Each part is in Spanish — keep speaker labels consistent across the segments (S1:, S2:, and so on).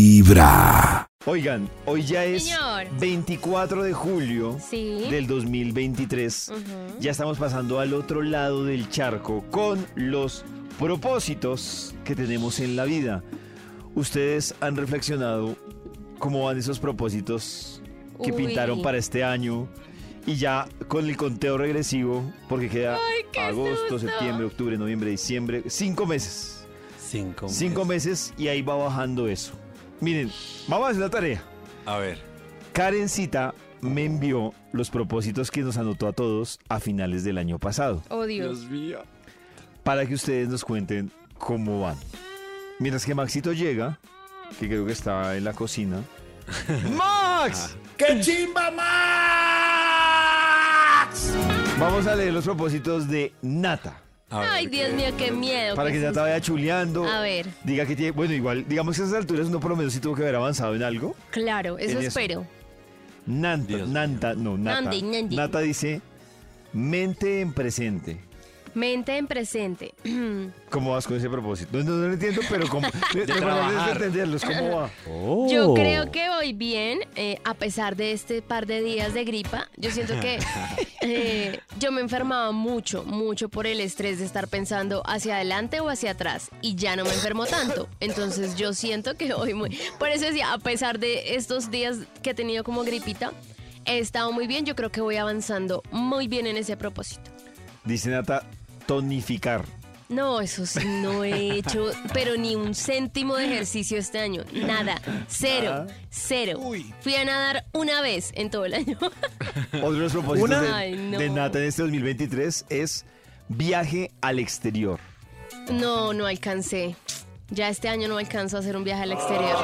S1: Vibra.
S2: Oigan, hoy ya es
S3: Señor.
S2: 24 de julio
S3: Sí.
S2: del 2023.
S3: Ujú.
S2: Ya estamos pasando al otro lado del charco con los propósitos que tenemos en la vida. ¿Ustedes han reflexionado cómo van esos propósitos que
S3: Uy.
S2: pintaron para este año? Y ya con el conteo regresivo, porque queda
S3: qué
S2: agosto,
S3: susto.
S2: septiembre, octubre, noviembre, diciembre, cinco meses.
S4: Cinco.
S2: Cinco meses y ahí va bajando eso. Miren, vamos a hacer una tarea.
S4: A ver.
S2: Karencita me envió los propósitos que nos anotó a todos a finales del año pasado
S3: Oh, Dios.
S4: mío.
S2: para que ustedes nos cuenten cómo van. Mientras que Maxito llega, que creo que está en la cocina. ¡Max!
S4: Ah. ¡Qué chimba más!
S2: Vamos a leer los propósitos de Nata.
S3: Ay, Dios mío, qué miedo.
S2: Para que
S3: qué
S2: Nata vaya chuleando.
S3: susto. A ver,
S2: Diga que tiene. Bueno, igual, digamos que a esas alturas uno por lo menos sí tuvo que haber avanzado en algo.
S3: claro, eso
S2: En eso.
S3: espero.
S2: Nanta,
S4: Dios
S2: Nanta, no, Nata.
S3: Nandi, Nandi.
S2: Nata dice, mente en presente.
S3: Mente en presente.
S2: ¿Cómo vas con ese propósito? No, no, no lo entiendo, pero como... de,
S4: trabajar.
S2: entenderlos, ¿cómo va?
S5: Oh.
S3: Yo creo que voy bien, eh, a pesar de este par de días de gripa. Yo siento que eh, yo me enfermaba mucho, mucho por el estrés de estar pensando hacia adelante o hacia atrás. Y ya no me enfermo tanto. Entonces yo siento que voy muy... Por eso decía, a pesar de estos días que he tenido como gripita, he estado muy bien. Yo creo que voy avanzando muy bien en ese propósito.
S2: Dice Nata, tonificar.
S3: No, eso sí, no he hecho, pero ni un céntimo de ejercicio este año. Nada.
S2: Ah.
S3: Cero. Cero. Fui a nadar una vez en todo el año.
S2: Otro de los propósitos de,
S3: Ay, no.
S2: de Nata en este 2023 es viaje al exterior.
S3: No, no alcancé. Ya este año no alcanzo a hacer un viaje al exterior.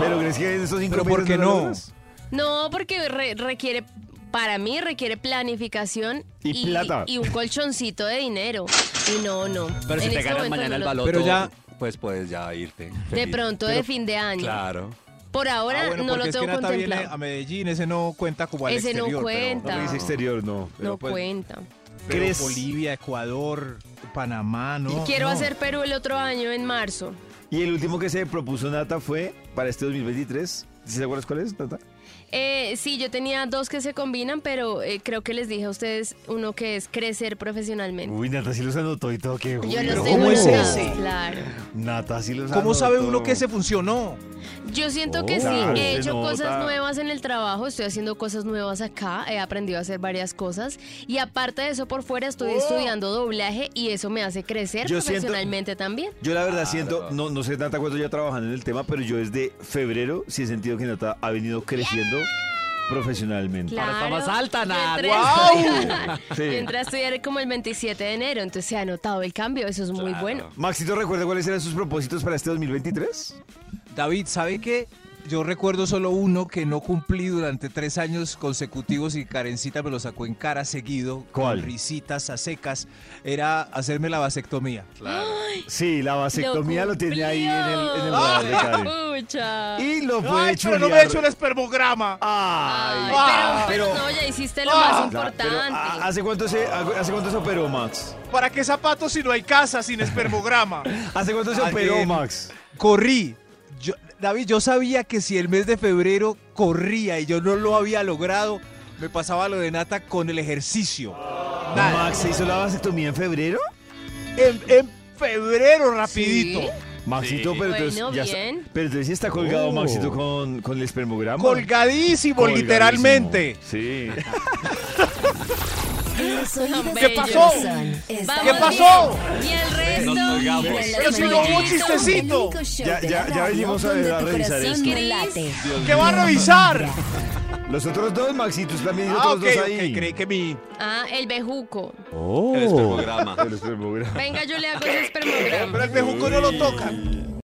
S2: Pero crees que en esos cinco
S4: ¿Pero por
S2: meses
S4: qué
S2: lo
S4: no?
S2: logras?
S3: No, porque re- requiere, para mí, requiere planificación
S2: Y plata.
S3: y un colchoncito de dinero. Y no, no.
S5: Pero si
S3: En
S5: te
S3: este
S5: ganas
S3: momento
S5: mañana
S3: no
S5: el
S3: lo-
S5: baloto,
S4: Pero ya-
S5: pues puedes ya irte.
S3: De
S5: feliz.
S3: pronto de
S5: Pero-
S3: fin de año.
S5: Claro.
S3: Por ahora
S6: Ah, bueno,
S3: no
S6: porque
S3: lo
S6: es
S3: tengo
S6: que Nata viene a
S3: contemplado.
S6: Medellín, ese no cuenta como al
S3: Ese no
S6: exterior, pero-
S3: cuenta.
S2: No me dice exterior, no.
S6: pero
S3: no
S6: pues-
S3: cuenta.
S6: pero
S2: ¿Crees?
S6: Bolivia, Ecuador, Panamá, no.
S3: Quiero
S6: no.
S3: hacer Perú el otro año, en marzo.
S2: Y el último que se propuso Nata fue para este 2023. ¿Sí te acuerdas cuál es, Nata?
S3: Eh, sí, yo tenía dos que se combinan, pero eh, creo que les dije a ustedes uno que es crecer profesionalmente.
S2: Uy, Nata sí los anotó y todo. Qué
S3: Yo
S2: julio.
S3: los
S6: pero
S3: tengo
S6: ¿cómo es
S3: anotados,
S6: ese?
S3: Claro.
S2: Nata sí los
S6: ¿Cómo sabe
S2: anotó.
S6: uno que se funcionó?
S3: Yo siento que
S2: Oh,
S3: sí,
S2: claro,
S3: he
S2: se
S3: hecho
S2: nota.
S3: cosas nuevas en el trabajo, estoy haciendo cosas nuevas acá, he aprendido a hacer varias cosas y aparte de eso por fuera estoy estudiando doblaje y eso me hace crecer
S2: Yo siento-
S3: profesionalmente también.
S2: Yo la verdad siento, Ah, no, no sé Nata cuánto ya trabajando en el tema, pero yo desde febrero sí he sentido que Nata ha venido creciendo profesionalmente.
S3: Claro.
S5: está más alta,
S3: Yo
S5: Nat.
S3: entré a estudiar-
S2: Sí.
S3: yo entré a estudiar como el 27 de enero, entonces se ha notado el cambio, eso es muy
S5: Claro.
S3: bueno.
S2: Maxito, ¿recuerda cuáles eran sus propósitos para este 2023?
S6: David, ¿sabe qué? Yo recuerdo solo uno que no cumplí durante tres años consecutivos y Karencita me lo sacó en cara seguido.
S2: ¿Cuál?
S6: Con risitas a secas. Era hacerme la vasectomía.
S5: Claro.
S2: Sí, la vasectomía lo, tiene ahí en el, en el
S3: cumplió.
S2: radar de Karen.
S3: Pucha.
S2: Y lo puede
S6: pues,
S2: chulear.
S6: espermograma!
S2: Ay.
S3: Ay, pero,
S2: pero-
S3: pues, no, ya hiciste lo
S6: Ah,
S3: más
S2: Claro,
S3: importante.
S2: pero, ah, ¿ha- ¿Hace cuánto se, hace cuánto se operó Max?
S6: ¿Para qué zapatos si no hay casa sin espermograma?
S2: ¿Hace cuánto se
S6: Ah,
S2: operó
S6: eh,
S2: Max?
S6: corrí. Yo- David, yo sabía que si el mes de febrero corría y yo no lo había logrado, me pasaba lo de nata con el ejercicio. Nada.
S2: ¿Max se hizo la vasectomía en febrero?
S6: En, en febrero, rapidito.
S3: Sí.
S2: Maxito, pero
S3: Bueno,
S2: entonces ya está-
S3: bien.
S2: pero entonces sí está colgado
S4: Oh.
S2: Maxito con, con el espermograma.
S6: Colgadísimo,
S2: Colgadísimo.
S6: literalmente.
S2: Sí.
S7: Los sonidos
S3: ¿Qué
S7: que
S3: pasó?
S7: son-
S3: Vamos
S6: ¿Qué
S3: bien.
S6: pasó?
S3: Y el resto.
S5: Nos colgamos.
S7: Pero
S6: si no hubo chistecito.
S7: El único show
S2: Ya-
S7: de
S2: ya-
S7: la
S2: ya
S7: radio
S2: venimos a-
S7: donde
S2: a
S7: tu
S2: revisar
S7: corazón
S2: esto.
S7: no late.
S6: ¿Qué va a revisar?
S2: Los otros dos, Maxito, usted también hizo
S6: Ah, ok,
S2: otros dos ahí.
S6: ok, creí que mi...
S3: Ah, el bejuco.
S5: El espermograma.
S2: El espermograma.
S3: Venga, yo le hago el espermograma.
S6: Pero el bejuco no lo tocan.